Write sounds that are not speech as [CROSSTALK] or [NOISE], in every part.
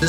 时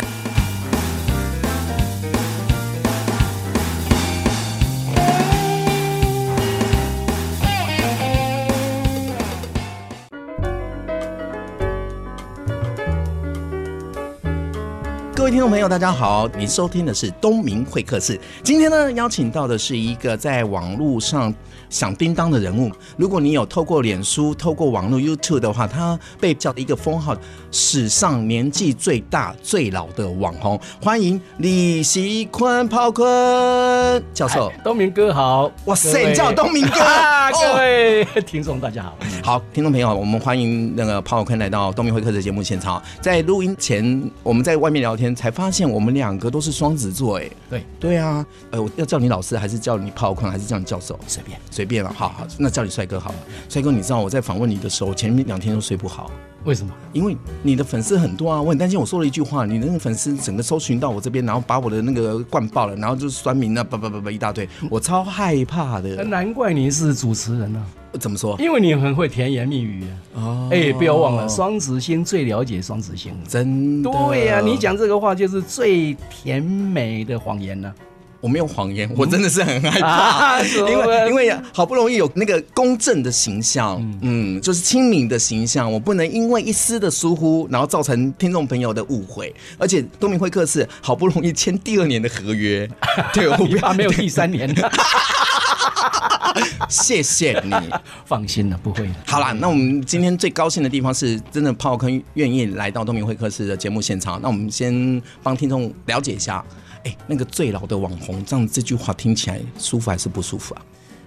各位听众朋友，大家好，你收听的是东明会客室。今天呢，邀请到的是一个在网络上响叮当的人物。如果你有透过脸书、透过网络 YouTube 的话，他被叫的一个封号“史上年纪最大、最老的网红”。欢迎李习坤、炮坤教授。东明哥好，哇塞，各位你叫东明哥 [LAUGHS] 啊！哦各位听众大家好，好，听众朋友，我们欢迎那个潘坤来到东明会客的节目现场。在录音前，我们在外面聊天，才发现我们两个都是双子座，哎，对，对啊，呃，我要叫你老师，还是叫你炮坤，还是叫你教授？随便，随便了，好好，那叫你帅哥好了。帅哥，你知道我在访问你的时候，前面两天都睡不好，为什么？因为你的粉丝很多啊，我很担心我说了一句话，你的那个粉丝整个搜寻到我这边，然后把我的那个灌爆了，然后就是酸民啊，叭叭叭叭一大堆，我超害怕的。难怪你是主持人啊，怎么说？因为你很会甜言蜜语啊。哦哎，不要忘了，双子星最了解双子星。真的。对啊呀，你讲这个话就是最甜美的谎言啊 [LAUGHS] 呢。我没有谎言，我真的是很害怕，嗯啊因怎么为办因为好不容易有那个公正的形象，嗯就是亲民的形象，我不能因为一丝的疏忽，然后造成听众朋友的误会。而且东明会客室好不容易签第二年的合 [LAUGHS] 约，对，我不你要怕没有第三年？谢谢你。 [LAUGHS] 放心了，不会的。好啦，那我们今天最高兴的地方是真的炮坑愿意来到东明会客室的节目现场。那我们先帮听众了解一下，哎、那个最老的网红，这样这句话听起来舒服还是不舒服啊？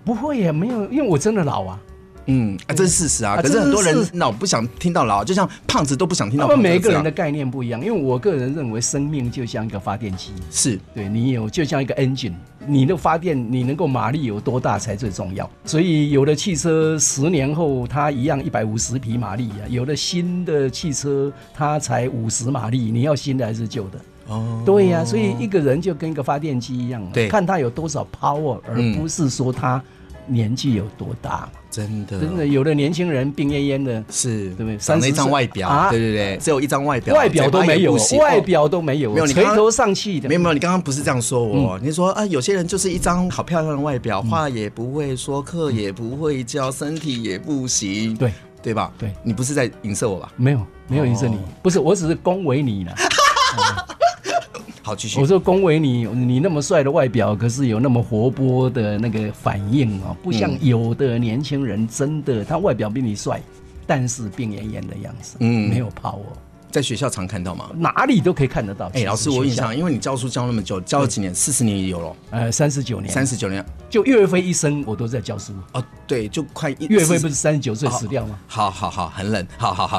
不会呀，没有，因为我真的老啊。嗯，啊，这是事实啊。啊可是很多这人是老不想听到老，就像胖子都不想听那到么胖子每一这个样人的概念不一样，因为我个人认为生命就像一个发电机。是对你有就像一个 engine，你的发电你能够马力有多大才最重要。所以有的汽车十年后它一样一百五十匹马力啊，有的新的汽车它才五十马力，你要新的还是旧的？哦，对呀、所以一个人就跟一个发电机一样啊，对看他有多少 power，而不是说他年纪有多大嘛。真的真的，有的年轻人病恹恹的，是，对对不对长了一30张外表，啊对对对，只有一张外表，外表都没有，嘴巴也外不行。哦表都没有，没有你垂刚刚头丧气的没有。没有，你刚刚不是这样说我，你说啊，有些人就是一张好漂亮的外表，话也不会说，课也不会教，身体也不行，对嗯对吧？对你不是在影射我吧？没有，没哦有影射你，不是，我只是恭维你了。好，继续我。说恭维你，你那么帅的外表，可是有那么活泼的那个反应哦，不嗯像有的年轻人，真的他外表比你帅，但是病恹恹的样子，嗯嗯，没有 power，在学校常看到吗？哪里都可以看得到。哎，老师，我印，象，因为你教书教那么久，教了几年，四十年也有了，呃，三十九年，三十九年就岳飞一生我都在教书，哦，对，就快一岳飞40不是三十九岁死掉吗？好好好，很冷，好好 [LAUGHS] 好。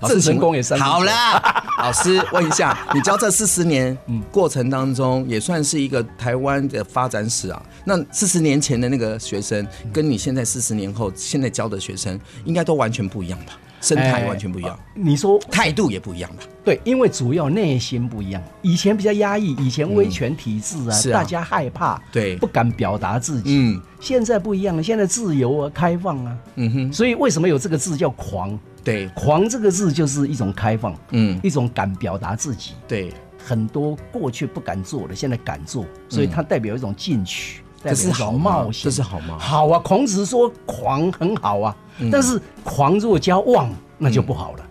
老师郑成请问功也三十九好啦。 [LAUGHS] 老师问一下，你教这四十年过程当中，也算是一个台湾的发展史啊。那四十年前的那个学生，嗯跟你现在四十年后现在教的学生，应该都完全不一样吧？哦生态哎完全不一样，你说态度也不一样吧？对，因为主要内心不一样，以前比较压抑，以前威权体制啊，是啊大家害怕，对不敢表达自己。嗯现在不一样了，现在自由啊，开放啊，嗯哼，所以为什么有这个字叫狂？对，狂这个字就是一种开放，嗯一种敢表达自己，对。很多过去不敢做的，现在敢做，所以它代表一种进取，代表一嗯这是好种吗冒险，这是好吗嗯好啊，孔子说狂很好啊，但是狂若加妄，那就不好了。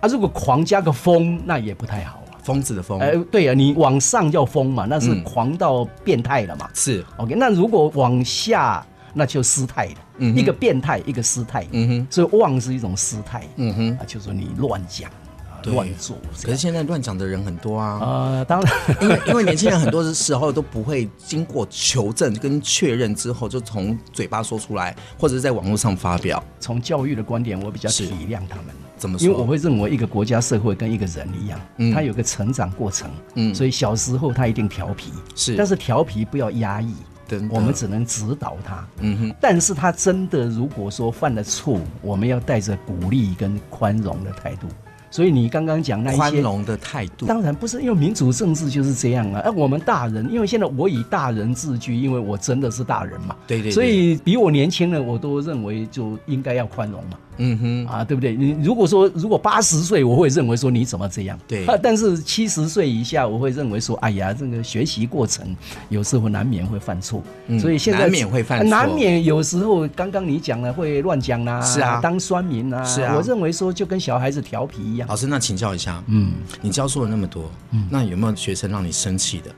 啊，如果狂加个疯，那也不太好啊。疯子的疯、哎、对啊，你往上叫疯嘛，那是哦嗯狂到变态了嘛。是， OK，那如果往下，那就失态了。嗯哼一个变态，一个失态。嗯哼，所以妄是一种失态。嗯哼。啊，就是说你乱讲、啊对乱做这可是样。现在乱讲的人很多啊。呃，当然，因为因为年轻人很多时候都不会经过求证跟确认之后，就从嘴巴说出来，或者是在网络上发表。从教育的观点，我比较是体谅他们。怎么说？因为我会认为一个国家社会跟一个人一样，嗯他有个成长过程，嗯所以小时候他一定调皮，是但是调皮不要压抑真，的我们只能指导他，嗯哼，但是他真的如果说犯了错误，我们要带着鼓励跟宽容的态度。所以你刚刚讲那一宽些。容的态度。当然不是，因为民主政治就是这样啊。哎、我们大人，因为现在我以大人自居，因为我真的是大人嘛，对对对所以比我年轻的我都认为就应该要宽容嘛。嗯哼，啊，对不对？你如果说如果八十岁，我会认为说你怎么这样？对啊，但是七十岁以下，我会认为说，哎呀，这个学习过程有时候难免会犯错，嗯所以现在啊难免会犯错难免有时候刚刚你讲了会乱讲啦、是啊当酸民啊，是啊我认为说就跟小孩子调皮一样，老师，那请教一下，嗯，你教授了那么多，那有没有学生让你生气的？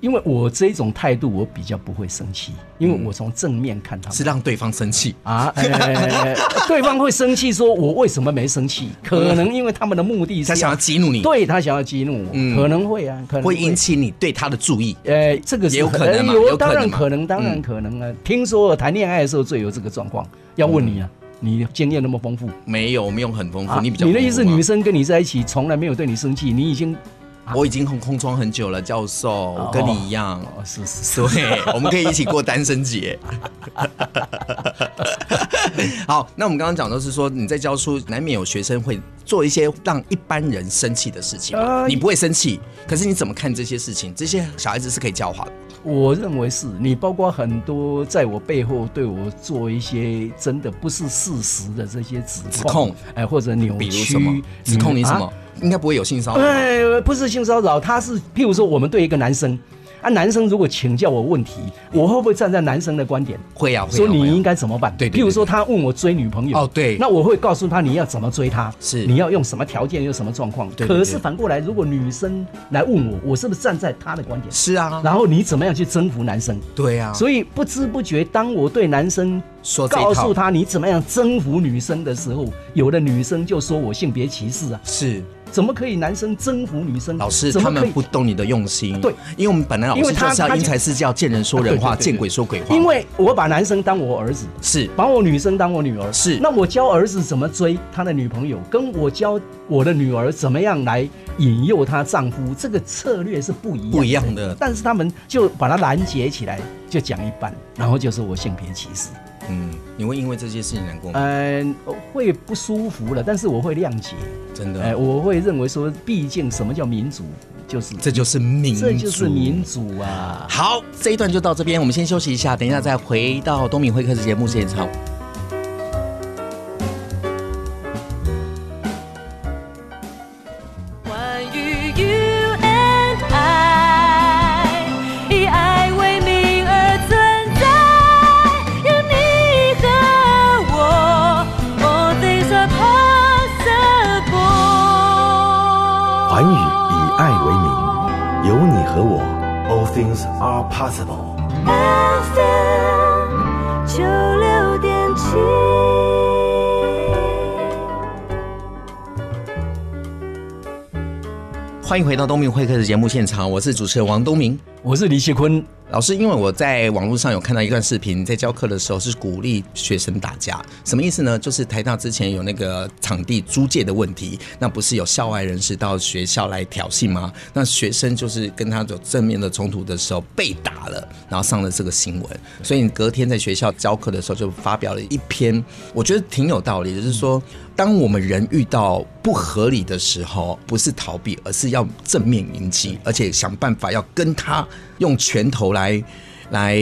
因为我这种态度，我比较不会生气，因为我从正面看他们。是让对方生气？啊， [LAUGHS] 哎哎哎哎对方会生气，说我为什么没生气？可能因为他们的目的嗯是他想要激怒你，对他想要激怒我，嗯可能会啊，可能会引。起你对他的注意。呃，这个是也有可能嘛有有可能嘛当然可能，当嗯然可能啊。听说谈恋爱的时候最有这个状况，要问你啊，你经验那么丰富没有，没有很丰富，啊，嗯你比较你的意思，丰富女吗生跟你在一起从来没有对你生气，你已经我已经空空窗很久了，教授，我跟你一样。哦是是是对，我们可以一起过单身 [LAUGHS] 节。好，那我们刚刚讲都是说你在教书，难免有学生会做一些让一般人生气的事情嘛。呃你不会生气，可是你怎么看这些事情？这些小孩子是可以教化的。啊我认为是你，包括很多在我背后对我做一些真的不是事实的这些指控，指控哎，或者扭曲，比如什么？指控你什啊么？应该不会有性骚扰吧。哎，不是性骚扰，他是譬如说，我们对一个男生，啊，男生如果请教我问题，我会不会站在男生的观点，会啊，会啊。说你会啊应该怎么办？对对对譬如说，他问我追女朋友，哦对那我会告诉他你要怎么追她，是你要用什么条件，有什么状况。对对对可是反过来，如果女生来问我，我是不是站在她的观点？是啊，然后你怎么样去征服男生？对啊，所以不知不觉，当我对男生说这一告套诉他你怎么样征服女生的时候，有的女生就说我性别歧视啊，是怎么可以男生征服女生？老师怎他么可们以不懂你的用心。对，因为我们本来老因师为就他是要他因就材施教，见人说人话，对对对对见鬼说鬼话。因为我把男生当我儿子，是把我女生当我女儿，是那我教儿子怎么追他的女朋友，跟我教我的女儿怎么样来引诱她丈夫，这个策略是不一样的不一样的但是他们就把它拦截起来，就讲一半，然后就是我性别歧视，嗯，你会因为这些事情难过吗？嗯、会不舒服了，但是我会谅解，真哎、的，我会认为说，毕竟什么叫民主，就是这就是民主，这就是民主啊。好，这一段就到这边，我们先休息一下，等一下再回到东明会客室节目现场。关于 You and I，以爱为名而存在，有你和我，All things are possible。环宇以爱为名，有你和我，All things are possible。 FM 九六点七。欢迎回到东明会客室节目现场，我是主持人王东明。我是李奇坤，老师，因为我在网络上有看到一段视频，在教课的时候是鼓励学生打架，什么意思呢？就是台大之前有那个场地租借的问题，那不是有校外人士到学校来挑衅吗？那学生就是跟他有正面的冲突的时候被打了，然后上了这个新闻，所以你隔天在学校教课的时候就发表了一篇，我觉得挺有道理的，就是说，当我们人遇到不合理的时候，不是逃避，而是要正面迎击，而且想办法要跟他用拳头来来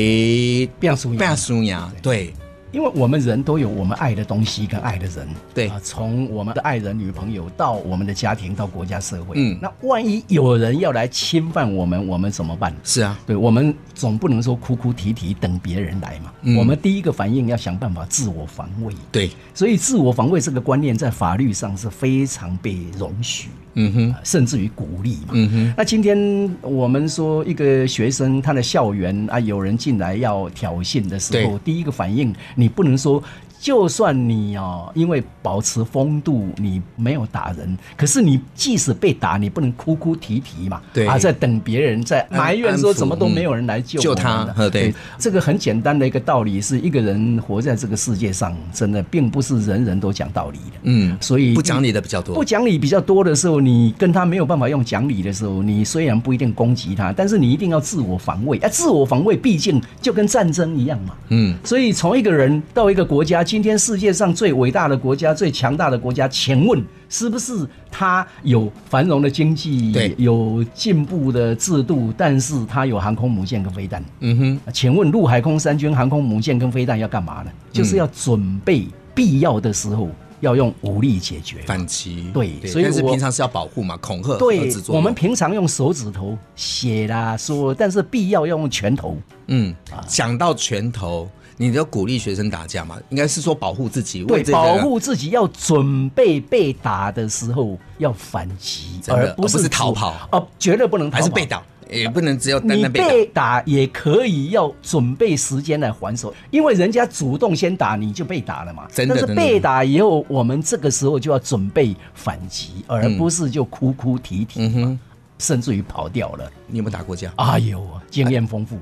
变输赢变输呀，对因为我们人都有我们爱的东西跟爱的人，对啊从我们的爱人、女朋友到我们的家庭，到国家社会，嗯那万一有人要来侵犯我们，我们怎么办？是啊，对我们总不能说哭哭啼啼等别人来嘛，嗯我们第一个反应要想办法自我防卫，对，所以自我防卫这个观念在法律上是非常被容许。啊嗯哼，甚至于鼓励嘛。嗯哼，那今天我们说一个学生他的校园啊，有人进来要挑衅的时对候，第一个反应你不能说。就算你哦，因为保持风度，你没有打人，可是你即使被打，你不能哭哭啼啼嘛，对啊，在等别人，在安埋怨说安抚怎么都嗯没有人来救救我们他了呃对这个很简单的一个道理，是一个人活在这个世界上，真的并不是人人都讲道理的，嗯，所以不讲理的比较不多，讲理比较多的时候，你跟他没有办法用讲理的时候，你虽然不一定攻击他，但是你一定要自我防卫。啊，自我防卫毕竟就跟战争一样嘛。嗯，所以从一个人到一个国家，今天世界上最伟大的国家、最强大的国家，请问是不是它有繁荣的经济对，有进步的制度，但是它有航空母舰跟飞弹？嗯哼，请问陆海空三军航空母舰跟飞弹要干嘛呢？就是要准备必要的时候要用武力解决。反击对所以但是我平常是要保护嘛，恐吓遏对制，作我用们平常用手指头写啦说，但是必要要用拳头。嗯，啊讲到拳头，你就鼓励学生打架嘛，应该是说保护自己，对为，这个保护自己要准备被打的时候要反击，真的而而不不是是逃只跑哦，绝对不能逃还跑，是被。打，也不能只有单你单被打。被打也可以要准备时间来还手，因为人家主动先打你就被打了嘛。真的但真是的被打以后，我们这个时候就要准备反击，而不是就哭哭啼啼，嗯哼，甚至于跑掉了。你有没有打过架？哎呦，经验 [LAUGHS] 丰富。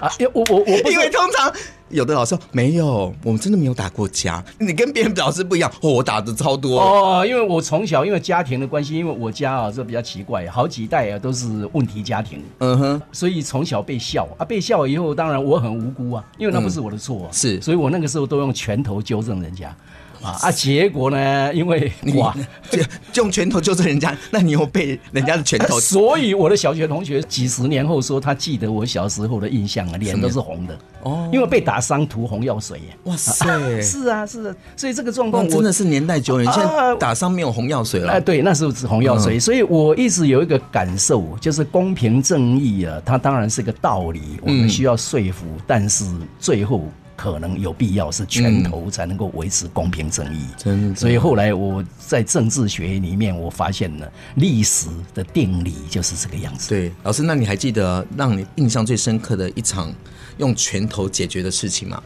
啊，因为我我我不因为是通常有的老师说没有，我们真的没有打过架。你跟别人老师不一样，哦，我打的超多。哦，因为我从小因为家庭的关系，因为我家啊这比较奇怪，好几代啊都是问题家庭，嗯哼，所以从小被笑啊，被笑以后，当然我很无辜啊，因为那不是我的错啊，嗯是所以我那个时候都用拳头纠正人家。啊啊！结果呢？因为你哇，就就用拳头揪着人家，那你有被人家的拳 [LAUGHS] 头所以我的小学同学几十年后说，他记得我小时候的印象啊，脸都是红的哦哦，因为被打伤涂红药水耶。啊哇塞！是啊，是啊，所以这个状况那我真的是年代久远，现在啊打伤没有红药水哎、了。嗯对，那时候是红药水，所以我一直有一个感受，就是公平正义啊，它当然是个道理，我们需要说服，但是最后可能有必要是拳头才能够维持公平正义。嗯真的所以后来我在政治学里面，我发现了历史的定理就是这个样子。对，老师，那你还记得让你印象最深刻的一场用拳头解决的事情吗？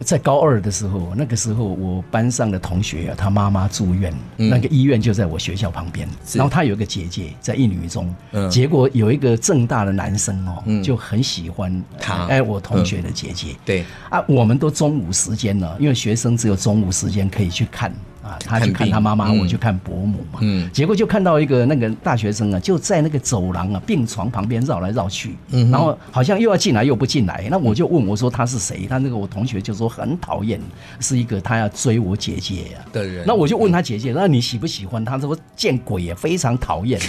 在高二的时候，那个时候我班上的同学啊，他妈妈住院，那个医院就在我学校旁边。嗯是然后他有一个姐姐在一女中，嗯结果有一个正大的男生哦，嗯就很喜欢她哎，我同学的姐姐。对，啊，我们都中午时间了，因为学生只有中午时间可以去看啊，他去看看病他妈妈，嗯我去看伯母嘛。嗯结果就看到一个那个大学生啊，就在那个走廊啊病床旁边绕来绕去，嗯然后好像又要进来又不进来。那我就问我说他是谁？他那个我同学就说很讨厌，是一个他要追我姐姐啊的人那我就问他姐姐，那你喜不喜欢他？他说见鬼也非常 [LAUGHS] 讨厌。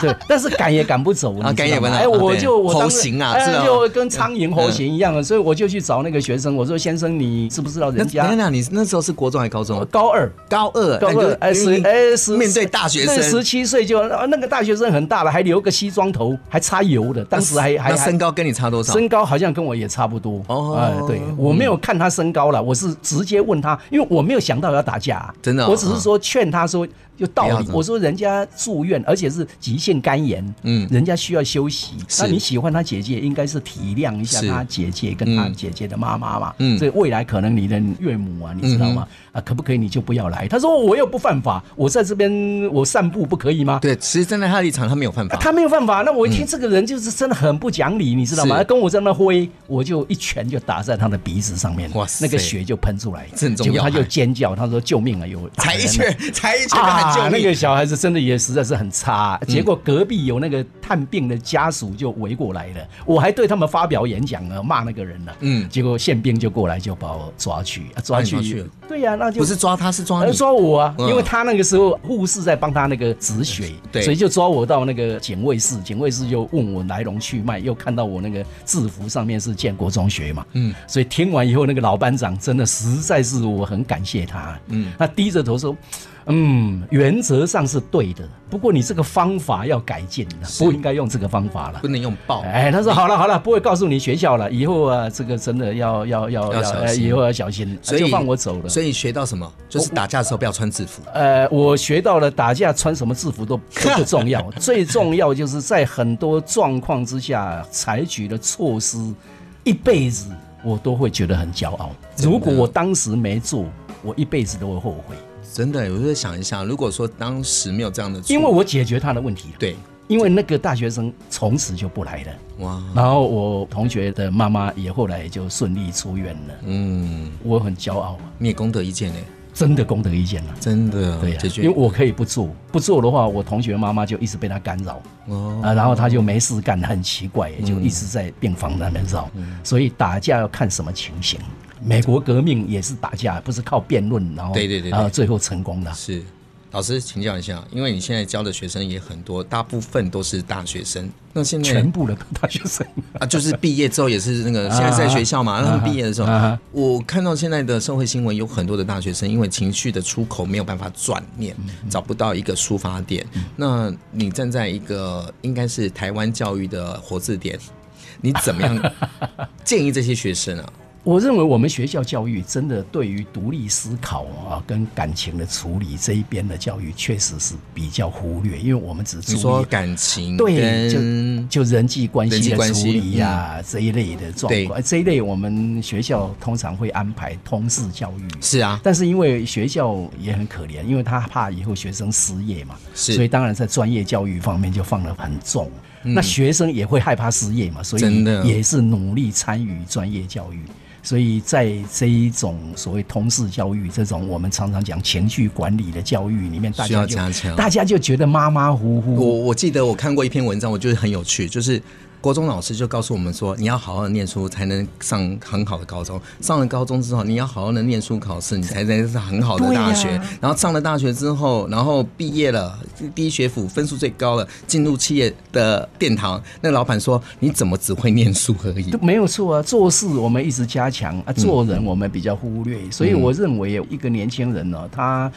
对，但是赶也赶不走，你知道吗赶也不走哎，啊我对就我当时猴行啊哎是啊就跟苍蝇猴行一样啊，所以我就去找那个学生，我说先生，你知不知道嗯那人等等家等，你那时候是国中还是高中？高二？高二，高那你就二哎因十为你哎十面对大学十生，七岁就啊那个大学生很大了，还留个西装头，还擦油的，当时还还那还身高跟你差多少？身高好像跟我也差不多哦哎对我没有看他身高了，我是直接问他，因为我没有想到要打架啊，真的哦哦我只是说劝他说有道不要理这，样我说人家住院，而且是急性肝炎，嗯人家需要休息。是那你喜欢他姐姐，应该是体谅一下是他姐姐跟他嗯姐姐的妈妈嘛，嗯所以未来可能你的岳母啊，你知道吗？啊，可不可以你就不要来？他说我又不犯法，我在这边我散步不可以吗？对，其实站在他的立场，他没有犯法。啊他没有办法。那我一听这个人就是真的很不讲理，你知道嗯吗？是他跟我在那挥，我就一拳就打在他的鼻子上面，哇塞那个血就喷出来，正中要结果他害就尖叫，他说：“救命啊！有打才人一了拳，才一拳就喊啊！救那命！嗯个小孩子真的也实在是很差、结果隔壁有那个探病的家属就围过来了，我还对他们发表演讲啊，骂那个人了、嗯结果宪兵就过来就把我抓去，啊、把抓你去，抓去了对呀、那就不是抓他，是抓你。抓我啊，嗯因为他那个时候护士在帮他那个止血，对所以就抓我到那个警卫室，警卫室就问我来龙去脉，又看到我那个制服上面是建国中学嘛，嗯，所以听完以后，那个老班长真的实在是我很感谢他，嗯，他低着头说。嗯，原则上是对的，不过你这个方法要改进了，不应该用这个方法了不。能用暴。哎，他说好了好了，不会告诉你学校了，以后啊，这个真的要要要要小哎心以后要小心，所以就放我走了。所以学到什么？就是打架的时候不要穿制服。呃，我学到了打架穿什么制 [LAUGHS] 服都都不重要，最重要就是在很多状况之下采取的措施，一辈子我都会觉得很骄傲。如果我当时没做，我一辈子都会后悔，真的，我就在想一下，如果说当时没有这样的错，因为我解决他的问题了。，啊对，嗯因为那个大学生从此就不来了。哇，然后我同学的妈妈也后来就顺利出院了，嗯，我很骄傲啊。你也功德一件呢。真的功德一件了、啊真的，对呀、嗯这句因为我可以不做，不做的话，我同学妈妈就一直被他干扰，哦嗯啊，然后他就没事干，很奇怪，就一直在病房那边绕。所以打架要看什么情形。美国革命也是打架，不是靠辩论，然后嗯对对对对然后最后成功的。是。老师，请教一下，因为你现在教的学生也很多，大部分都是大学生。那现在全部的大学生，啊，就是毕业之后也是那个，现在在学校嘛，他们毕业的时候啊哈，我看到现在的社会新闻，有很多的大学生因为情绪的出口没有办法转念，找不到一个抒发点。嗯那你站在一个应该是台湾教育的活字典，你怎么 [LAUGHS] 样建议这些学生啊？ [LAUGHS] 我认为我们学校教育真的对于独立思考啊跟感情的处理这一边的教育确实是比较忽略，因为我们只注你意说感情嗯对，跟就就人际关人系际的关处系嗯理呀、这一类的状对况，哎这一类我们学校通常会安排通识教育。是啊，但是因为学校也很可怜，因为他怕以后学生失业嘛，是嗯所以当然在专业教育方面就放得很重。那学生也会害怕失业嘛，所以真的也是努力参与专业教育。所以在这一种所谓通识教育，这种我们常常讲情绪管理的教育里面，大需要家就加强大家就觉得马马虎啊虎。我我记得我看过一篇文章，我觉得很有趣，就是国中老师就告诉我们说，你要好好的念书才能上很好的高中，上了高中之后，你要好好的念书考试，你才能上很好的大学。对呀然后上了大学之后，然后毕业了，第一学府分数最高了，进入企业的殿堂，那老板说你怎么只会念书而已嗯都？没有错啊，做事我们一直加强啊，做人我们比较忽略，所以我认为一个年轻人呢、他。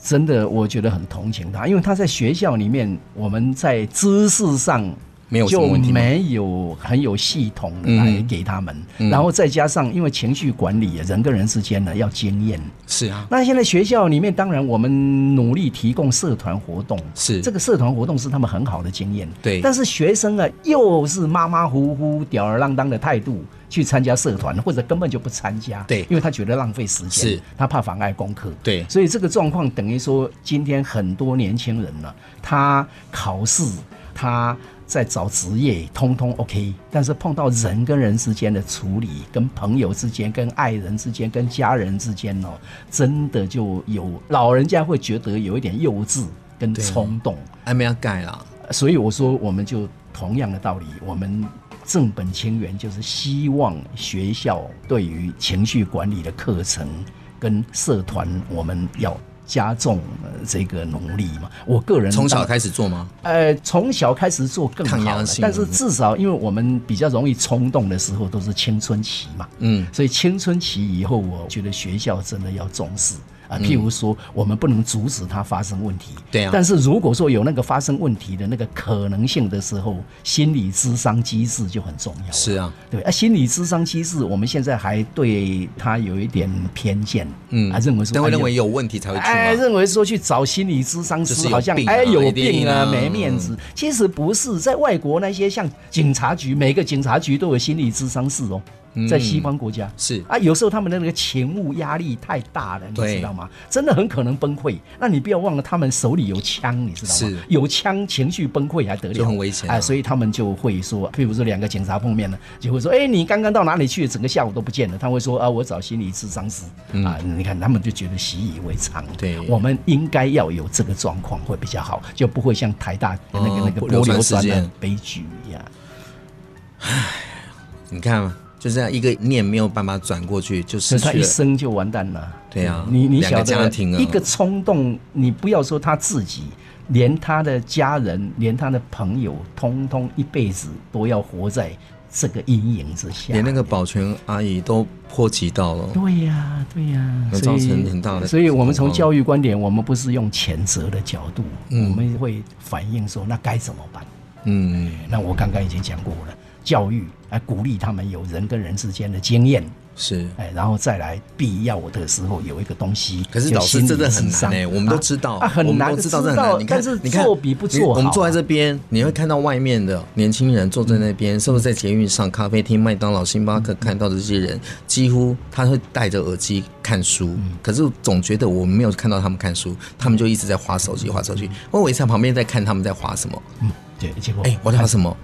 真的，我觉得很同情他，因为他在学校里面，我们在知识上没有什么就问题吗没嗯有很有系统的来给他们，然后再加上因为情绪管理，人跟人之间呢要经验，是啊，那现在学校里面，当然我们努力提供社团活动，是这个社团活动是他们很好的经验。对但是学生啊，又是马马虎虎、吊儿郎当的态度去参加社团，或者根本就不参加。对因为他觉得浪费时间，是他怕妨碍功课。对所以这个状况等于说，今天很多年轻人呢、他考试，他在找职业，通通 OK，但是碰到人跟人之间的处理，跟朋友之间、跟爱人之间、跟家人之间哦，真的就有老人家会觉得有一点幼稚跟冲动，还没要盖啊啦，所以我说我们就同样的道理，我们。正本清源就是希望学校对于情绪管理的课程跟社团，我们要加重呃这个努力嘛。我个人从当小开始做吗？呃，从小开始做更抗好压了，性但是至少因为我们比较容易冲动的时候都是青春期嘛，嗯，所以青春期以后，我觉得学校真的要重视啊。譬如说，我们不能阻止它发生问题，嗯对啊但是如果说有那个发生问题的那个可能性的时候，心理智商机制就很重要。是啊，对啊，心理智商机制，我们现在还对它有一点偏见，嗯，啊，认为说但会哎认呦为有问题才会哎，去吗？认为说去找心理咨商就师，是有好像病啊哎有一定病啊啊，没面子。其实不是，在外国那些像警察局，每个警察局都有心理咨商室哦，嗯在西方国家。是啊，有时候他们的那个勤务压力太大了，你对知道吗？真的很可能崩溃。那你不要忘了，他们手里有枪，你知道是吗？有枪，情绪崩溃还得了，就很危险啊哎，所以他们就会说，譬如说两个警察碰面了，就会说，哎，你刚刚到哪里去？整个下午都不见了。他会说啊，我找心理咨商师嗯啊。你看他们就觉得习以为常。对我们应该要有这个状况会比较好，就不会像台大那个哦那个流波传流事传的件悲剧一样。你看嘛，就这样一个念没有办法转过去，就所失以他去一了。生就完蛋了。对啊你你两个晓家得庭啊一个冲动，你不要说他自己，连他的家人，连他的朋友，通通一辈子都要活在这个阴影之下。连那个保全阿姨都波及到了。对呀、对呀、那所以造成很大的所以我们从恐慌教育观点，我们不是用谴责的角度，我们会反映说，那该怎么办？嗯，那我刚刚已经讲过了，教育来鼓励他们有人跟人之间的经验，是。哎，然后再来必要的时候有一个东西。可是就老师心真的理很智难商哎、我们都知道，啊，啊很我难们都知道这很难。你看，但是你看做比不你做好啊。我们坐在这边，你会看到外面的年轻人坐在那嗯边，甚至在捷运上、咖啡厅、麦当劳、星巴克看到的这些人，几乎他会戴着耳机看书，嗯可是总觉得我没有看到他们看书，他们就一直在划手机、划手机。我我一直在旁边在看他们在划什么，嗯，对，结果哎、我在划什么？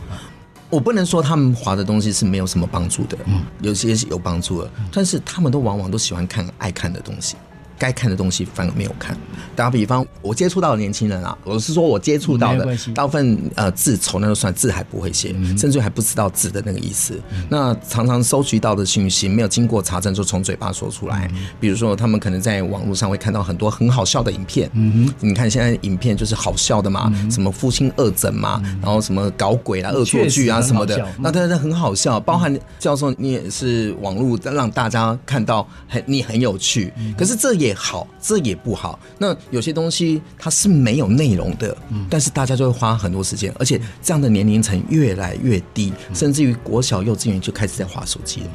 我不能说他们划的东西是没有什嗯么帮助的，有些是有帮助的，但是他们都往往都喜欢看爱看的东西。该看的东西反而没有看。打比方，我接触到的年轻人啊，我是说我接触到没的关系，嗯大部分呃字丑那就算字还不会写，甚至还不知道字的那个意思。那常常收集到的讯息没有经过查证，就从嘴巴说出来。嗯比如说，他们可能在网络上会看到很多很好笑的影片。嗯哼，你看现在影片就是好笑的嗯嘛，什么父亲恶整嘛，然后什么搞鬼啊、恶作剧啊确实很好什么的笑。嗯那但是很好笑，包含教授你也是网络让大家看到很你很有趣，嗯可是这也好，这也不好。那有些东西它是没有内容的，嗯但是大家就会花很多时间，而且这样的年龄层越来越低，嗯甚至于国小、幼稚园就开始在划手机了。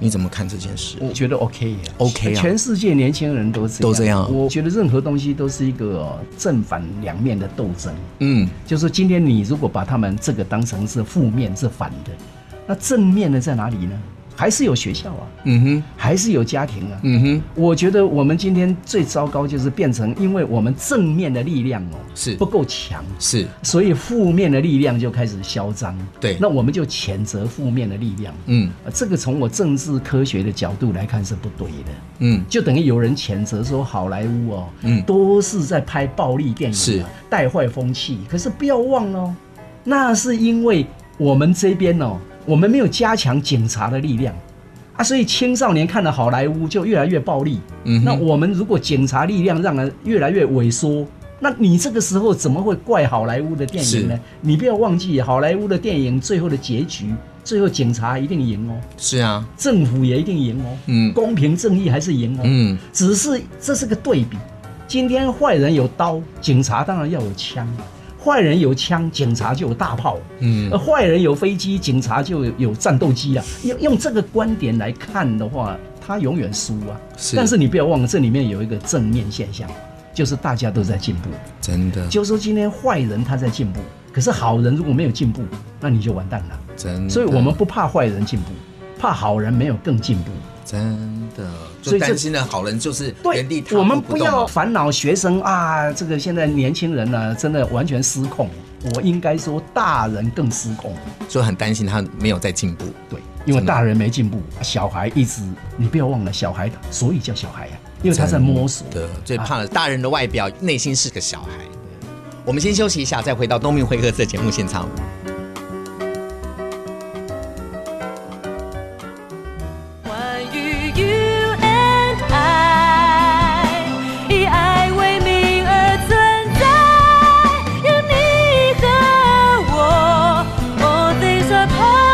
你怎么看这件事？我觉得 OK 呀、 OK 啊全世界年轻人都这样都这样我觉得任何东西都是一个哦正反两面的斗争。嗯，就是今天你如果把他们这个当成是负面是反的，那正面的在哪里呢？还是有学校啊，嗯哼，还是有家庭啊。嗯哼，我觉得我们今天最糟糕就是变成，因为我们正面的力量哦是不够强，是所以负面的力量就开始嚣张。对那我们就谴责负面的力量。嗯呃，这个从我政治科学的角度来看是不对的，嗯就等于有人谴责说好莱坞哦，嗯都是在拍暴力电影、啊，是带坏风气。可是不要忘了哦，那是因为我们这边哦，我们没有加强警察的力量。啊，所以青少年看了好莱坞就越来越暴力。嗯哼那我们如果警察力量让人越来越萎缩，那你这个时候怎么会怪好莱坞的电影呢是？你不要忘记，好莱坞的电影最后的结局，最后警察一定赢哦。是啊，政府也一定赢哦，嗯公平正义还是赢哦，嗯只是这是个对比。今天坏人有刀，警察当然要有枪；坏人有枪，警察就有大炮；嗯而坏人有飞机，警察就有有战斗机啊。用用这个观点来看的话，他永远输啊。是但是你不要忘了，这里面有一个正面现象，就是大家都在进步。真的就是说，今天坏人他在进步，可是好人如果没有进步，那你就完蛋了。真的，所以我们不怕坏人进步，怕好人没有更进步。真的所就以这担心的好人就是原地踏步我们不动啊要嘛烦恼学生啊，这个现在年轻人呢、真的完全失控。我应该说，大人更失控，就很担心他没有在进步。对，因为大人没进步，小孩一直，你不要忘了，小孩所以叫小孩啊，因为他在摸索。的，最怕的大人的外表，内心是个小孩。我们先休息一下，再回到东明会客室的节目现场。关于 you and I，以爱为名而存在，有你和我，All things are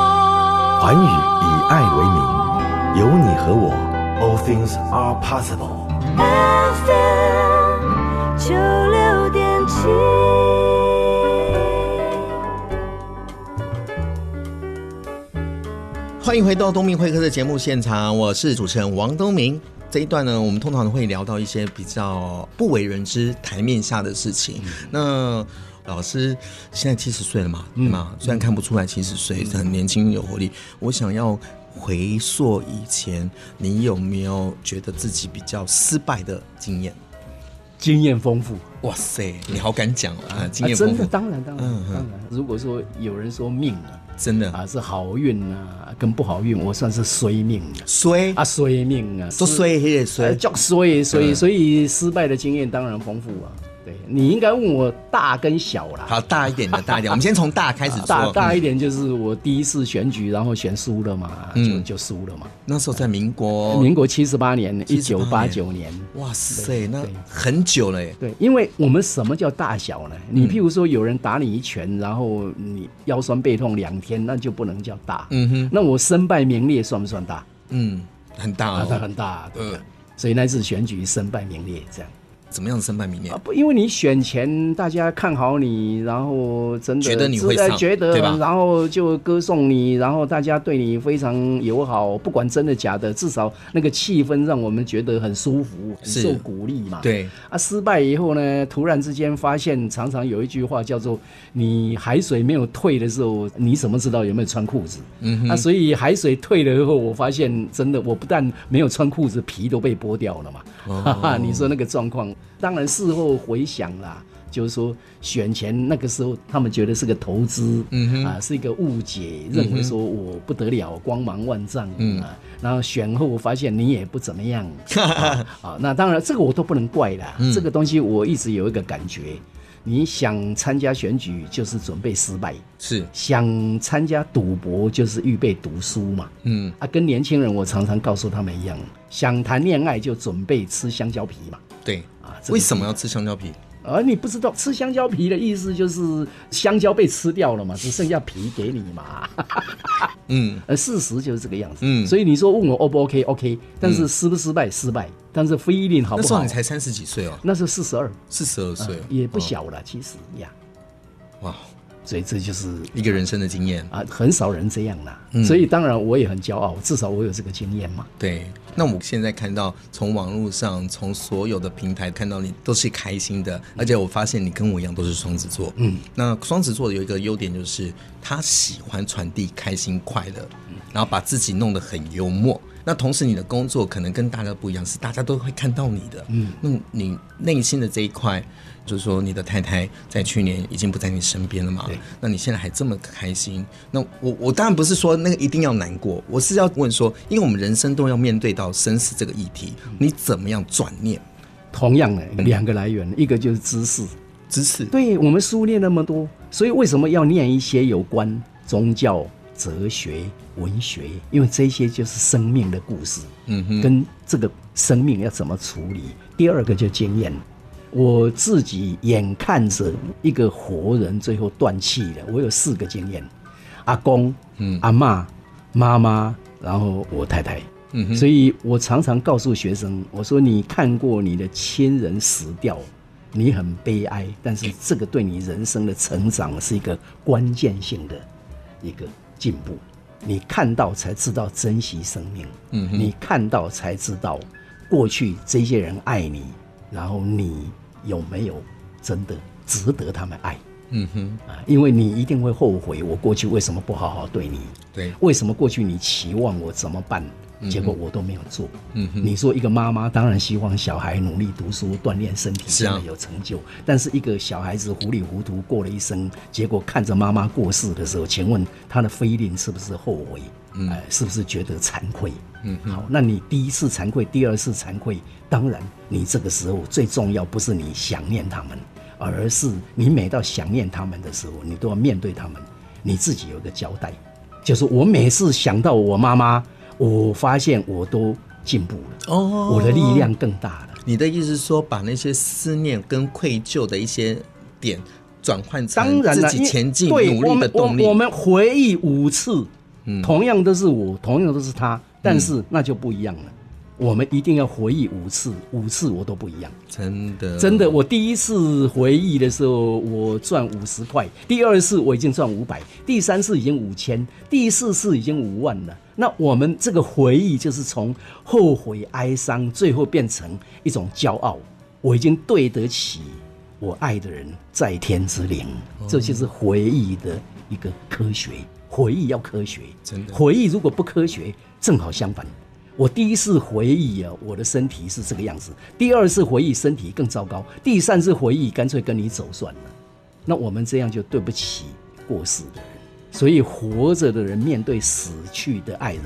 possible。环宇以爱为名，有你和我，All things are possible。 FM 九六点七。欢迎回到东明会客的节目现场，我是主持人王东明。这一段呢，我们通常会聊到一些比较不为人知台面下的事情。嗯那老师现在七十岁了嘛，对吗？虽然看不出来七十岁，嗯很年轻有活力。我想要回溯以前，你有没有觉得自己比较失败的经验？经验丰富，哇塞，你好敢讲哦啊！经啊、验丰真富嗯的，，当然，当然，当然。如果说有人说命啊，真的啊是好运啊，跟不好运，我算是衰命啊，衰啊衰命啊，都是衰也呃，衰，叫衰衰，对所以失败的经验当然丰富啊。对你应该问我大跟小啦，啊好大一点的大一点，我们先从大开始说。大大嗯，一点就是我第一次选举，然后选输了嘛，就嗯哦就输了嘛。那时候在民国，民国七十八年，一九八78九年。哇塞，那对很久了耶，对，因为我们什么叫大小呢？嗯你譬如说有人打你一拳，然后你腰酸背痛两天，那就不能叫大。嗯哼，那我身败名裂算不算大？嗯，很大啊，那哦，很大，对不对嗯？所以那次选举身败名裂这样。怎么样身败名裂啊？不，因为你选前大家看好你，然后真的觉得你会真的上觉得对吧然后就歌颂你，然后大家对你非常友好，不管真的假的，至少那个气氛让我们觉得很舒服，很是受鼓励嘛。对，啊，失败以后呢，突然之间发现，常常有一句话叫做“你海水没有退的时候，你怎么知道有没有穿裤子？”嗯啊，所以海水退了以后，我发现真的，我不但没有穿裤 [LAUGHS] 子，皮都被剥掉了嘛。哈哈，你说那个状况，当然事后回想啦，就是说选前那个时候他们觉得是个投资，嗯啊是一个误解，认为说我不得了，光芒万丈，嗯啊，然后选后我发现你也不怎么样，啊，啊那当然这个我都不能怪啦，嗯这个东西我一直有一个感觉。你想参加选举，就是准备失败；是，想参加赌博，就是预备读书嘛。嗯，啊，跟年轻人我常常告诉他们一样，想谈恋爱就准备吃香蕉皮嘛。对啊这个为什么要吃香蕉皮？而你不知道吃香蕉皮的意思就是香蕉被吃掉了嘛，只剩下皮给你嘛。嗯， [LAUGHS] 呃，事实就是这个样子。嗯所以你说问我 O 不 OK？OK，、但是失不失败？失败。但是 feeling 好那不时候好你？才三十几岁哦，那时候四十二，四十二岁哦，也不小了，其实呀。哦哇，所以这就是一个人生的经验。啊，很少人这样啦。所以当然我也很骄傲，至少我有这个经验嘛。对，那我现在看到，从网络上，从所有的平台看到你都是开心的，而且我发现你跟我一样都是双子座。嗯，那双子座有一个优点就是他喜欢传递开心快乐，然后把自己弄得很幽默。那同时，你的工作可能跟大家不一样，是大家都会看到你的。嗯，那你内心的这一块，就是说你的太太在去年已经不在你身边了嘛？那你现在还这么开心？那我我当然不是说那个一定要难过，我是要问说，因为我们人生都要面对到生死这个议题，你怎么样转念？同样的两个来源，一个就是知识，知识对我们书念那么多，所以为什么要念一些有关宗教、哲学、文学？因为这些就是生命的故事，嗯哼，跟这个生命要怎么处理。第二个就经验，我自己眼看着一个活人最后断气了，我有四个经验：阿公、嗯、阿嬷、妈妈，然后我太太。嗯、所以我常常告诉学生，我说你看过你的亲人死掉，你很悲哀，但是这个对你人生的成长是一个关键性的一个进步。你看到才知道珍惜生命，嗯，你看到才知道过去这些人爱你，然后你有没有真的值得他们爱？嗯哼，啊，因为你一定会后悔，我过去为什么不好好对你？对为什么过去你期望我怎么办，嗯结果我都没有做？嗯，你说一个妈妈当然希望小孩努力读书、锻炼身体，是啊真的有成就。但是一个小孩子糊里糊涂过了一生，结果看着妈妈过世的时候，请问他的菲林是不是后悔？嗯、是不是觉得惭愧？嗯，好，那你第一次惭愧，第二次惭愧，当然你这个时候最重要不是你想念他们，而是你每到想念他们的时候，你都要面对他们，你自己有一个交代。就是我每次想到我妈妈，我发现我都进步了，哦我的力量更大了。你的意思是说，把那些思念跟愧疚的一些点转换成当然自了，己前进因为对努力的我动们力嗯我。我们回忆五次，同样都是我，同样都是他，但是那就不一样了。我们一定要回忆五次，五次我都不一样。真的，真的，我第一次回忆的时候，我赚五十块；第二次我已经赚五百，第三次已经五千，第四次已经五万了。那我们这个回忆就是从后悔、哀伤，最后变成一种骄傲。我已经对得起我爱的人在天之灵，哦这就是回忆的一个科学。回忆要科学，真的回忆如果不科学，正好相反。我第一次回忆啊，我的身体是这个样子；第二次回忆，身体更糟糕；第三次回忆，干脆跟你走算了。那我们这样就对不起过世的人。所以，活着的人面对死去的爱人，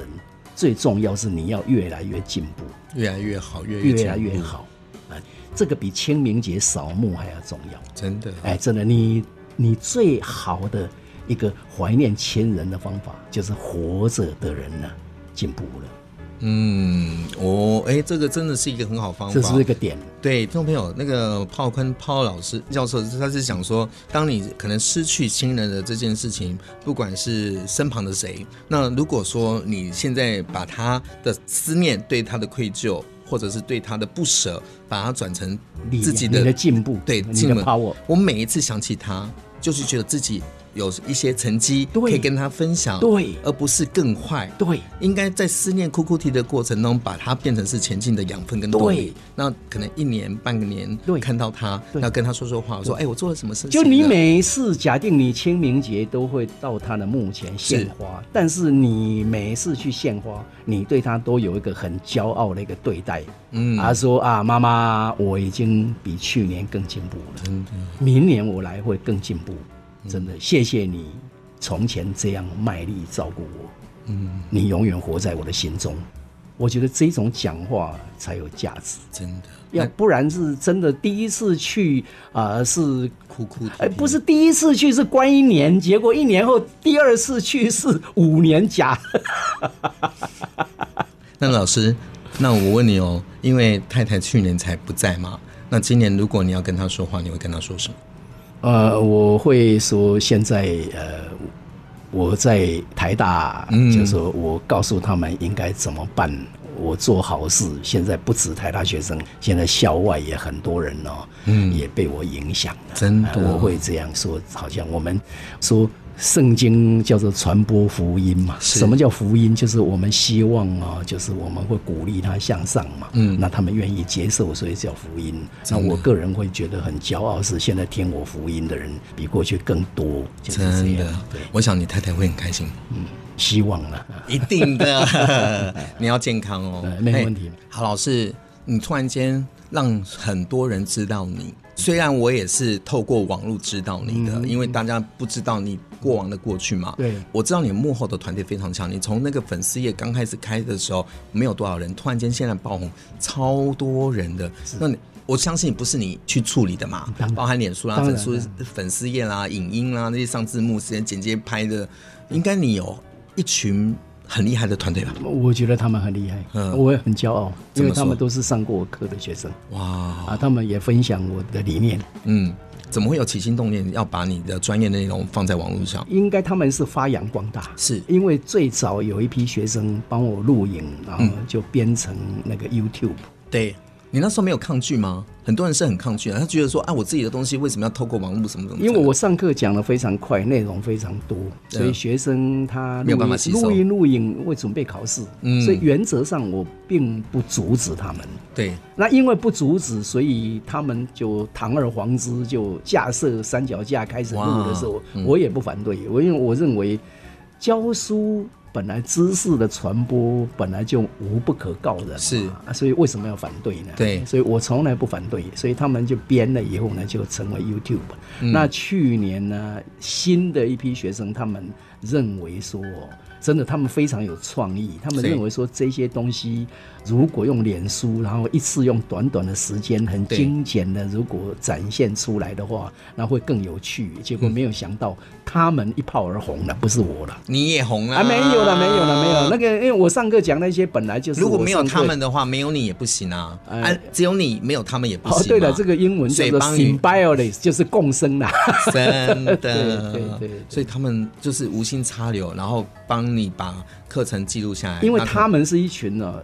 最重要是你要越来越进步。越来越好，越来越进来越步，好啊！这个比清明节扫墓还要重要。真的。哎，真的，你你最好的一个怀念亲人的方法，就是活着的人呢、进步了，嗯，哦，哎，这个真的是一个很好方法。这是不是一个点？对，听众朋友，那个炮坤炮老师教授，他是讲说，当你可能失去亲人的这件事情，不管是身旁的谁，那如果说你现在把他的思念、对他的愧疚，或者是对他的不舍，把它转成力量啊自己你的的进步，对，啊你进的门 power。我每一次想起他，就是觉得自己有一些成绩，对可以跟他分享，对而不是更坏，对应该在思念哭哭啼的过程中，把它变成是前进的养分跟动力对。那可能一年半个年，对看到他，对那跟他说说话，我说，哎，我做了什么事情呢？就你每一次，假定你清明节都会到他的墓前献花，但是你每一次去献花，你对他都有一个很骄傲的一个对待。嗯他说啊，妈妈，我已经比去年更进步了，嗯明年我来会更进步。真的，谢谢你从前这样卖力照顾我。嗯，你永远活在我的心中。我觉得这种讲话才有价值，真的要那不然是真的第一次去啊、是哭哭啼啼哎，不是第一次去是关一年，结果一年后第二次去是五年假。那老师，那我问你哦，因为太太去年才不在嘛，那今年如果你要跟她说话，你会跟她说什么？呃，我会说现在呃，我在台大，嗯就是说我告诉他们应该怎么办。我做好事，现在不止台大学生，现在校外也很多人哦，嗯，也被我影响了。真的呃我会这样说，好像我们说圣经叫做传播福音嘛，是什么叫福音？就是我们希望啊、就是我们会鼓励他向上嘛，嗯，那他们愿意接受，所以叫福音。那我个人会觉得很骄傲，是现在听我福音的人比过去更多，就是这真样的。，对，我想你太太会很开心。希望啊， [LAUGHS] 一定 [LAUGHS] 的，你要健康哦呃，没有问题哎好，老师，你突然间让很多人知道你，嗯虽然我也是透过网络知道你的，因为大家不知道你过往的过去嘛。对我知道你幕后的团队非常强，你从那个粉丝页刚开始开的时候没有多少人，突然间现在爆红，超多人的。那你我相信不是你去处理的嘛当，然包含脸书啊啦、当然粉丝当然粉丝页啦、影音啦那些上字幕、时间剪接拍的，应该你有一群很厉害的团队吧？我觉得他们很厉害，嗯我也很骄傲，因怎么说为哦他们都是上过我课的学生哇，啊，他们也分享我的理念。嗯，怎么会有起心动念要把你的专业内容放在网络上？应该他们是发扬光大，是因为最早有一批学生帮我录影，然嗯后就编成那个 YouTube。对你那时候没有抗拒吗？很多人是很抗拒的，他觉得说啊，我自己的东西为什么要透过网络什么什么？因为我上课讲的非常快，内容非常多，所以学生他啊没有办法录吸音收录音录影会准备考试，嗯所以原则上我并不阻止他们。对那因为不阻止，所以他们就堂而皇之就架设三脚架开始录的时哇候，嗯我也不反对，我因为我认为教书本来知识的传播本来就无不可告人嘛，是啊所以为什么要反对呢？对所以我从来不反对，所以他们就编了以后呢，就成为 YouTube。那嗯去年呢，新的一批学生他们认为说哦。真的，他们非常有创意。他们是认为说这些东西，如果用脸书，然后一次用短短的时间，很对精简的，如果展现出来的话，那会更有趣。结果没有想到，他们一炮而红了，不是我了。你也红了啊，没有了，没有了，没有。那。个，因为我上课讲那些本来就是如果我没有上课哦他们的话，没有你也不行啊！哎啊，只有你没有他们也不行哦嘛。，对了，这个英文叫所以做帮你哎 symbiosis，就是共生 [LAUGHS] 啦。真的， [LAUGHS] 对对对对所以他们就是无心插柳，然后帮你把课程记录下来，因为那他们是一群呢、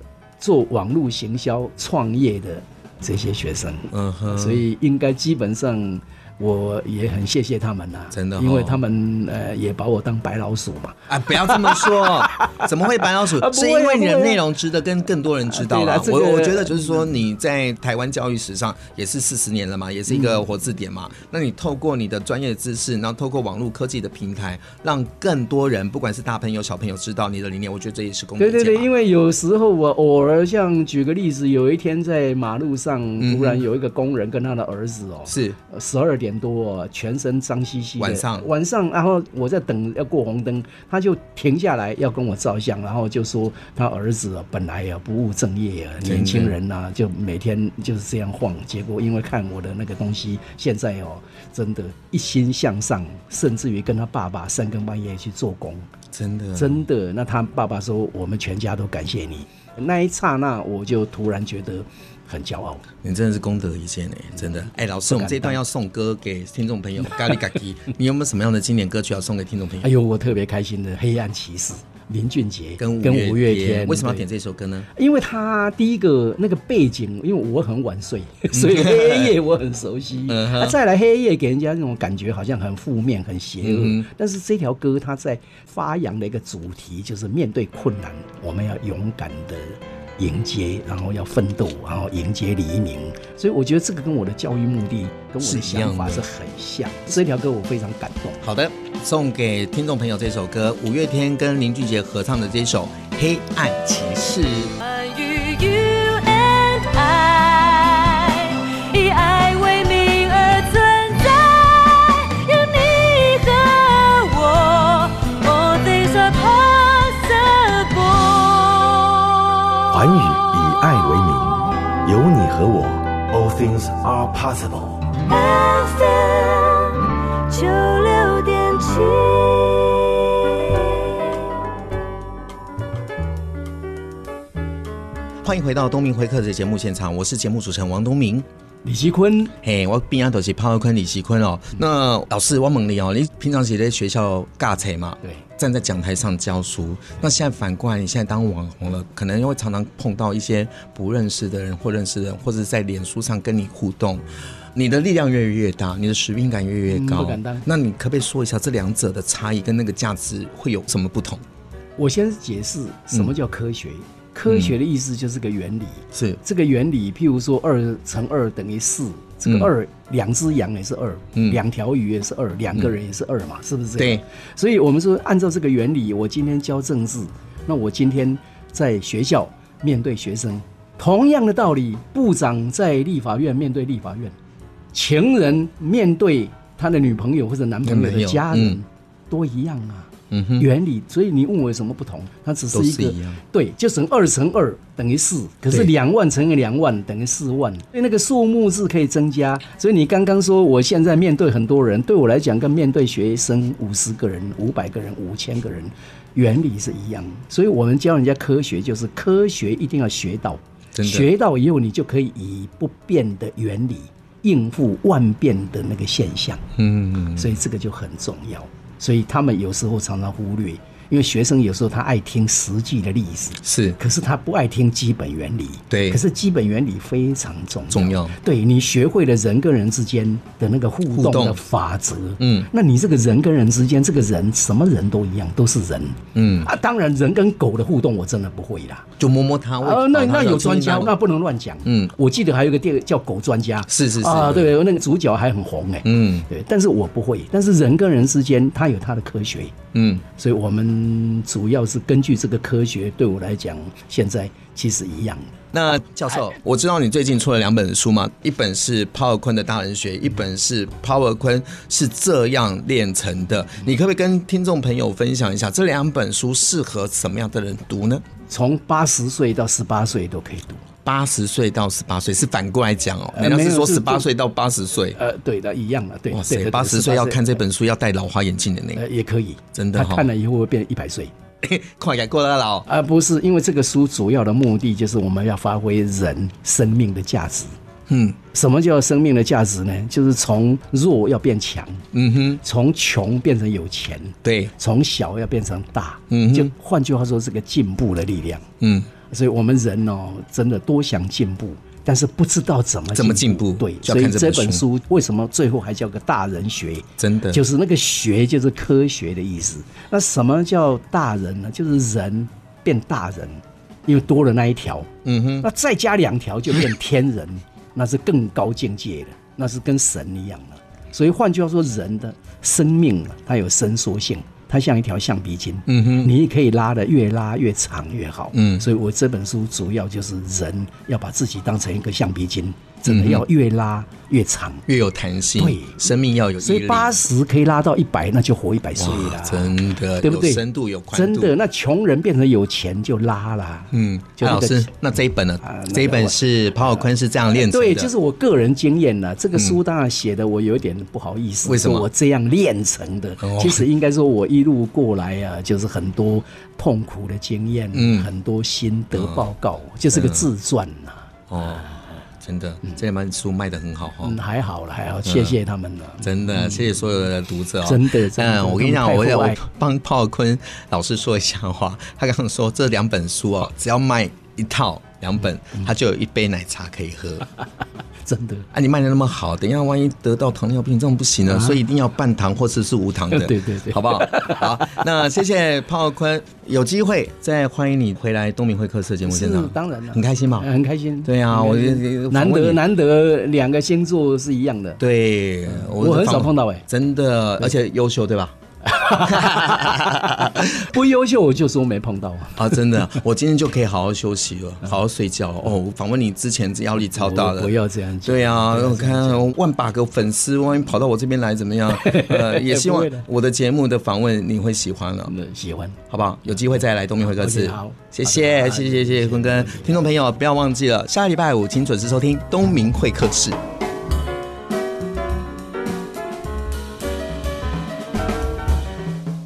做网络行销创业的这些学生，嗯哼啊所以应该基本上我也很谢谢他们呐、啊真的哦因为他们呃也把我当白老鼠嘛。啊，不要这么 [LAUGHS] 说，怎么会白老鼠？啊不是会啊因为你的不会啊内容值得跟更多人知道啦。啊对啦这我个我觉得就是说你在台湾教育史上也是四十年了嗯嘛，也是一个活字典嘛。那你透过你的专业知识，然后透过网络科技的平台，让更多人，不管是大朋友小朋友知道你的理念，我觉得这也是功德对对对，为因为有时候我偶尔像举个例子，有一天在马路上嗯突然有一个工人跟他的儿子哦，是十二点多，全身脏兮兮的。晚上晚上，然后我在等要过红灯，他就停下来要跟我照相，然后就说他儿子啊，本来啊不务正业啊，的年轻人呐、就每天就是这样晃，结果因为看我的那个东西，现在哦真的，一心向上，甚至于跟他爸爸三更半夜去做工，真的真的。那他爸爸说，我们全家都感谢你。那一刹那，我就突然觉得很骄傲。你真的是功德一件哎、真的哎、老师，我们这一段要送歌给听众哎朋友，咖喱咖喱，你有没有什么样的经典歌曲要送给听众朋友？哎呦，我特别开心的《黑暗骑士》林俊杰跟跟五月天天，为什么要对点这首歌呢？因为他第一个那个背景，因为我很晚睡，所以黑夜我很熟悉。嗯哼啊、再来黑夜给人家那种感觉好像很负面、很邪恶，嗯但是这条歌它在发扬的一个主题就是面对困难，我们要勇敢的。迎接，然后要奋斗，然后迎接黎明。所以我觉得这个跟我的教育目的、跟我是的一样想法的是很像。这条歌我非常感动。好的，送给听众朋友这首歌，五月天跟林俊杰合唱的这首《黑暗骑士》。关于 you and I，以爱为名而存在，有你和我，All things are possible。环宇以爱为名，有你和我，All things are possible。 FM 九六点七。欢迎回到东明会客的节目现场，我是节目主持人王东明。李奇坤，嘿，我边啊都是潘伟坤、李奇坤哦。那老师，我问你哦，你平常是在学校尬扯嘛？对，站在讲台上教书，那现在反过来，你现在当网红了，可能又会常常碰到一些不认识的人或认识的人，或者在脸书上跟你互动，你的力量越来越大，你的使命感越来越嗯高。不敢当那你可不可以说一下这两者的差异跟那个价值会有什么不同？我先解释什嗯么叫科学。科学的意思就是个原理。是这个原理，譬如说二乘二等于四，这嗯个二、两只羊也是二，嗯两条鱼也是二，两个人也是二嘛，是不是这样？对，所以我们说，按照这个原理，我今天教政治，那我今天在学校面对学生，同样的道理，部长在立法院面对立法院，情人面对他的女朋友或者男朋友男朋的友家人，嗯都一样啊。嗯哼，原理，所以你问我有什么不同？它只是一个都是一样对，就乘二乘二等于四，可是对两万乘以两万等于四万，所以那个数目字可以增加。所以你刚刚说我现在面对很多人，对我来讲跟面对学生五十个人、五百个人、五千个人，原理是一样。所以我们教人家科学，就是科学一定要学到，真的学到以后你就可以以不变的原理应付万变的那个现象。嗯，所以这个就很重要。所以他们有时候常常忽略，因为学生有时候他爱听实际的例子，是可是他不爱听基本原理。对可是基本原理非常重要。重要对你学会了人跟人之间的那个互互动动的法则，嗯那你这个人跟人之间，这个人什么人都一样，都是人。嗯，啊，当然人跟狗的互动我真的不会啦。就摸摸它。啊，喂那它那有专亲家，亲它那不能乱讲。嗯我记得还有一个电影叫《狗专家》，是是是啊，对，那个主角还很红哎。嗯对，但是我不会。但是人跟人之间，他有他的科学，嗯，所以我们主要是根据这个科学。对我来讲，现在其实一样的。那教哎授，我知道你最近出了两本书嘛，一本是 Power 坤的大人学，一本是 Power 坤是这样练成的。你可不可以跟听众朋友分享一下这两本书适合什么样的人读呢？从八十岁到十八岁都可以读。八十岁到十八岁是反过来讲哦，呃人家是说没有是十八岁到八十岁。呃，对的，一样的，对。哇对塞，对八十岁要看这， 18本书要戴老花眼镜的那个，呃，也可以。真的他哈看了以后会变一百岁。 [LAUGHS] 快改过来了哦。啊、不是，因为这个书主要的目的就是我们要发挥人生命的价值。嗯什么叫生命的价值呢？就是从弱要变强，嗯哼，从穷变成有钱，对，从小要变成大，嗯哼就换句话说，是个进步的力量。嗯，所以我们人哦，真的多想进步，但是不知道怎么怎么进步对，就所要以看这这本本书书为什么最后还叫个大人学？真的就是那个学就是科学的意思。那什么叫大人呢？就是人变大人，因为多了那一条。嗯哼，那再加两条就变天人， [LAUGHS] 那是更高境界了，那是跟神一样了。所以换句话说，人的生命啊，它有伸缩性，它像一条橡皮筋，嗯哼，你可以拉的越拉越长越好，嗯所以我这本书主要就是人要把自己当成一个橡皮筋，嗯真的要越拉越长。越有弹性，对生命要有毅力。所以八十可以拉到一百，那就活一百岁哇了，真的，对不对？有深度有宽真度，的，那穷人变成有钱就拉啦。嗯，就那那老个师，那这一本呢啊那？个哎这一本是庞小坤是这样练成的，对，就是我个人经验呢、这个书当然写的我有点不好意思，嗯为什么说我这样练成的哦？其实应该说，我一路过来啊，就是很多痛苦的经验，嗯很多心得报告，就是个自传呐、哦，真的，这两本书卖的很好哈、嗯，还好了，还好，谢谢他们了。真的，谢谢所有的读者、哦真的真的但我跟你他讲，们我太厚我爱帮炮坤老师说一下话。 [LAUGHS] 他刚刚说这两本书哦，只要卖一套两本，嗯他就有一杯奶茶可以喝。真的，啊，你卖的那么好，等一下万一得到糖尿病，这样不行了，所以一定要半糖或者是无糖的，啊 [LAUGHS] 对对对好不好？好，那谢谢炮坤，有机会再欢迎你回来东明会客室节目现场是，当然了很开心嘛。 [LAUGHS] 很开心。对啊很开我觉心得难访问得你难得两个星座是 [LAUGHS] 一样的，对，嗯我很的少访碰到欸真的，而且优秀，对吧？不优秀我就说没碰到啊。啊，真 [LAUGHS] 的，我今天就可以好好休息了，好好睡觉了哦。我访问你之前压力超大嗯我的，不要这样讲对啊，我看万把个粉丝，万一跑到我这边来怎么样？ [LAUGHS] 呃，也希哎不望会的我的节目的访问你会喜欢了、嗯喜欢，好不好？有机会再来东明会客室 OK，好。谢谢，好的谢谢，谢谢坤哥，听众朋友不要忘记了，下礼拜五请准时收听东明会客室。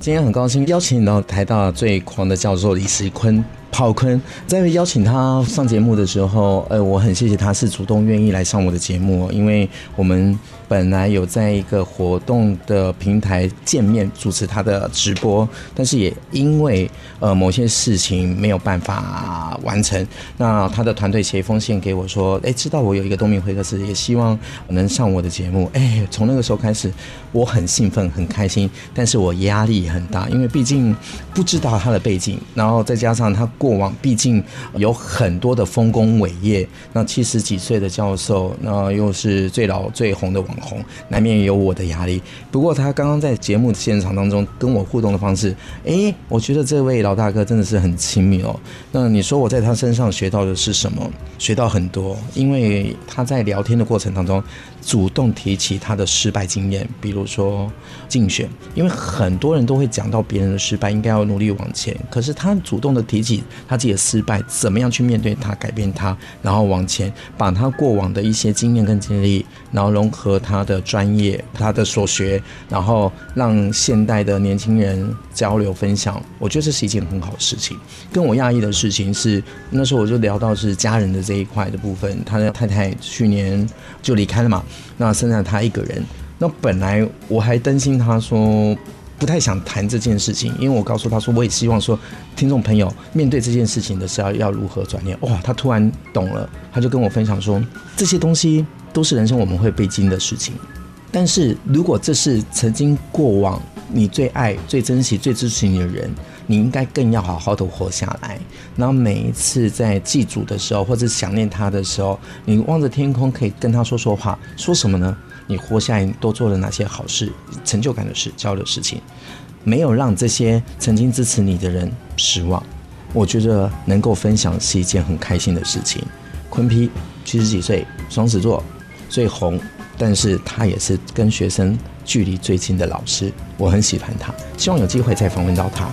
今天很高兴邀请到台大最狂的教授李时坤。炮坤在邀请他上节目的时候，呃，我很谢谢他是主动愿意来上我的节目，因为我们本来有在一个活动的平台见面主持他的直播，但是也因为呃某些事情没有办法完成，那他的团队写一封信给我说，哎，知道我有一个东明会客室，也希望能上我的节目，哎，从那个时候开始，我很兴奋，很开心，但是我压力很大，因为毕竟不知道他的背景，然后再加上他过往毕竟有很多的丰功伟业，那七十几岁的教授，那又是最老最红的网红，难免有我的压力。不过他刚刚在节目现场当中跟我互动的方式，诶，我觉得这位老大哥真的是很亲密哦。那你说我在他身上学到的是什么？学到很多，因为他在聊天的过程当中，主动提起他的失败经验，比如说竞选，因为很多人都会讲到别人的失败，应该要努力往前。可是他主动的提起他自己的失败，怎么样去面对他、改变他，然后往前，把他过往的一些经验跟经历，然后融合他的专业、他的所学，然后让现代的年轻人交流分享。我觉得这是一件很好的事情。跟我讶异的事情是，那时候我就聊到是家人的这一块的部分，他的太太去年就离开了嘛，那剩下他一个人。那本来我还担心他说不太想谈这件事情，因为我告诉他说，我也希望说听众朋友面对这件事情的时候要如何转念。哇，他突然懂了，他就跟我分享说，这些东西都是人生我们会必经的事情。但是如果这是曾经过往你最爱、最珍惜、最支持你的人，你应该更要好好的活下来。然后每一次在祭祖的时候，或者想念他的时候，你望着天空，可以跟他说说话，说什么呢？你活下来都做了哪些好事、成就感的事、交流的事情，没有让这些曾经支持你的人失望。我觉得能够分享是一件很开心的事情。坤批七十几岁，双子座，最红，但是他也是跟学生距离最近的老师，我很喜欢他，希望有机会再访问到他。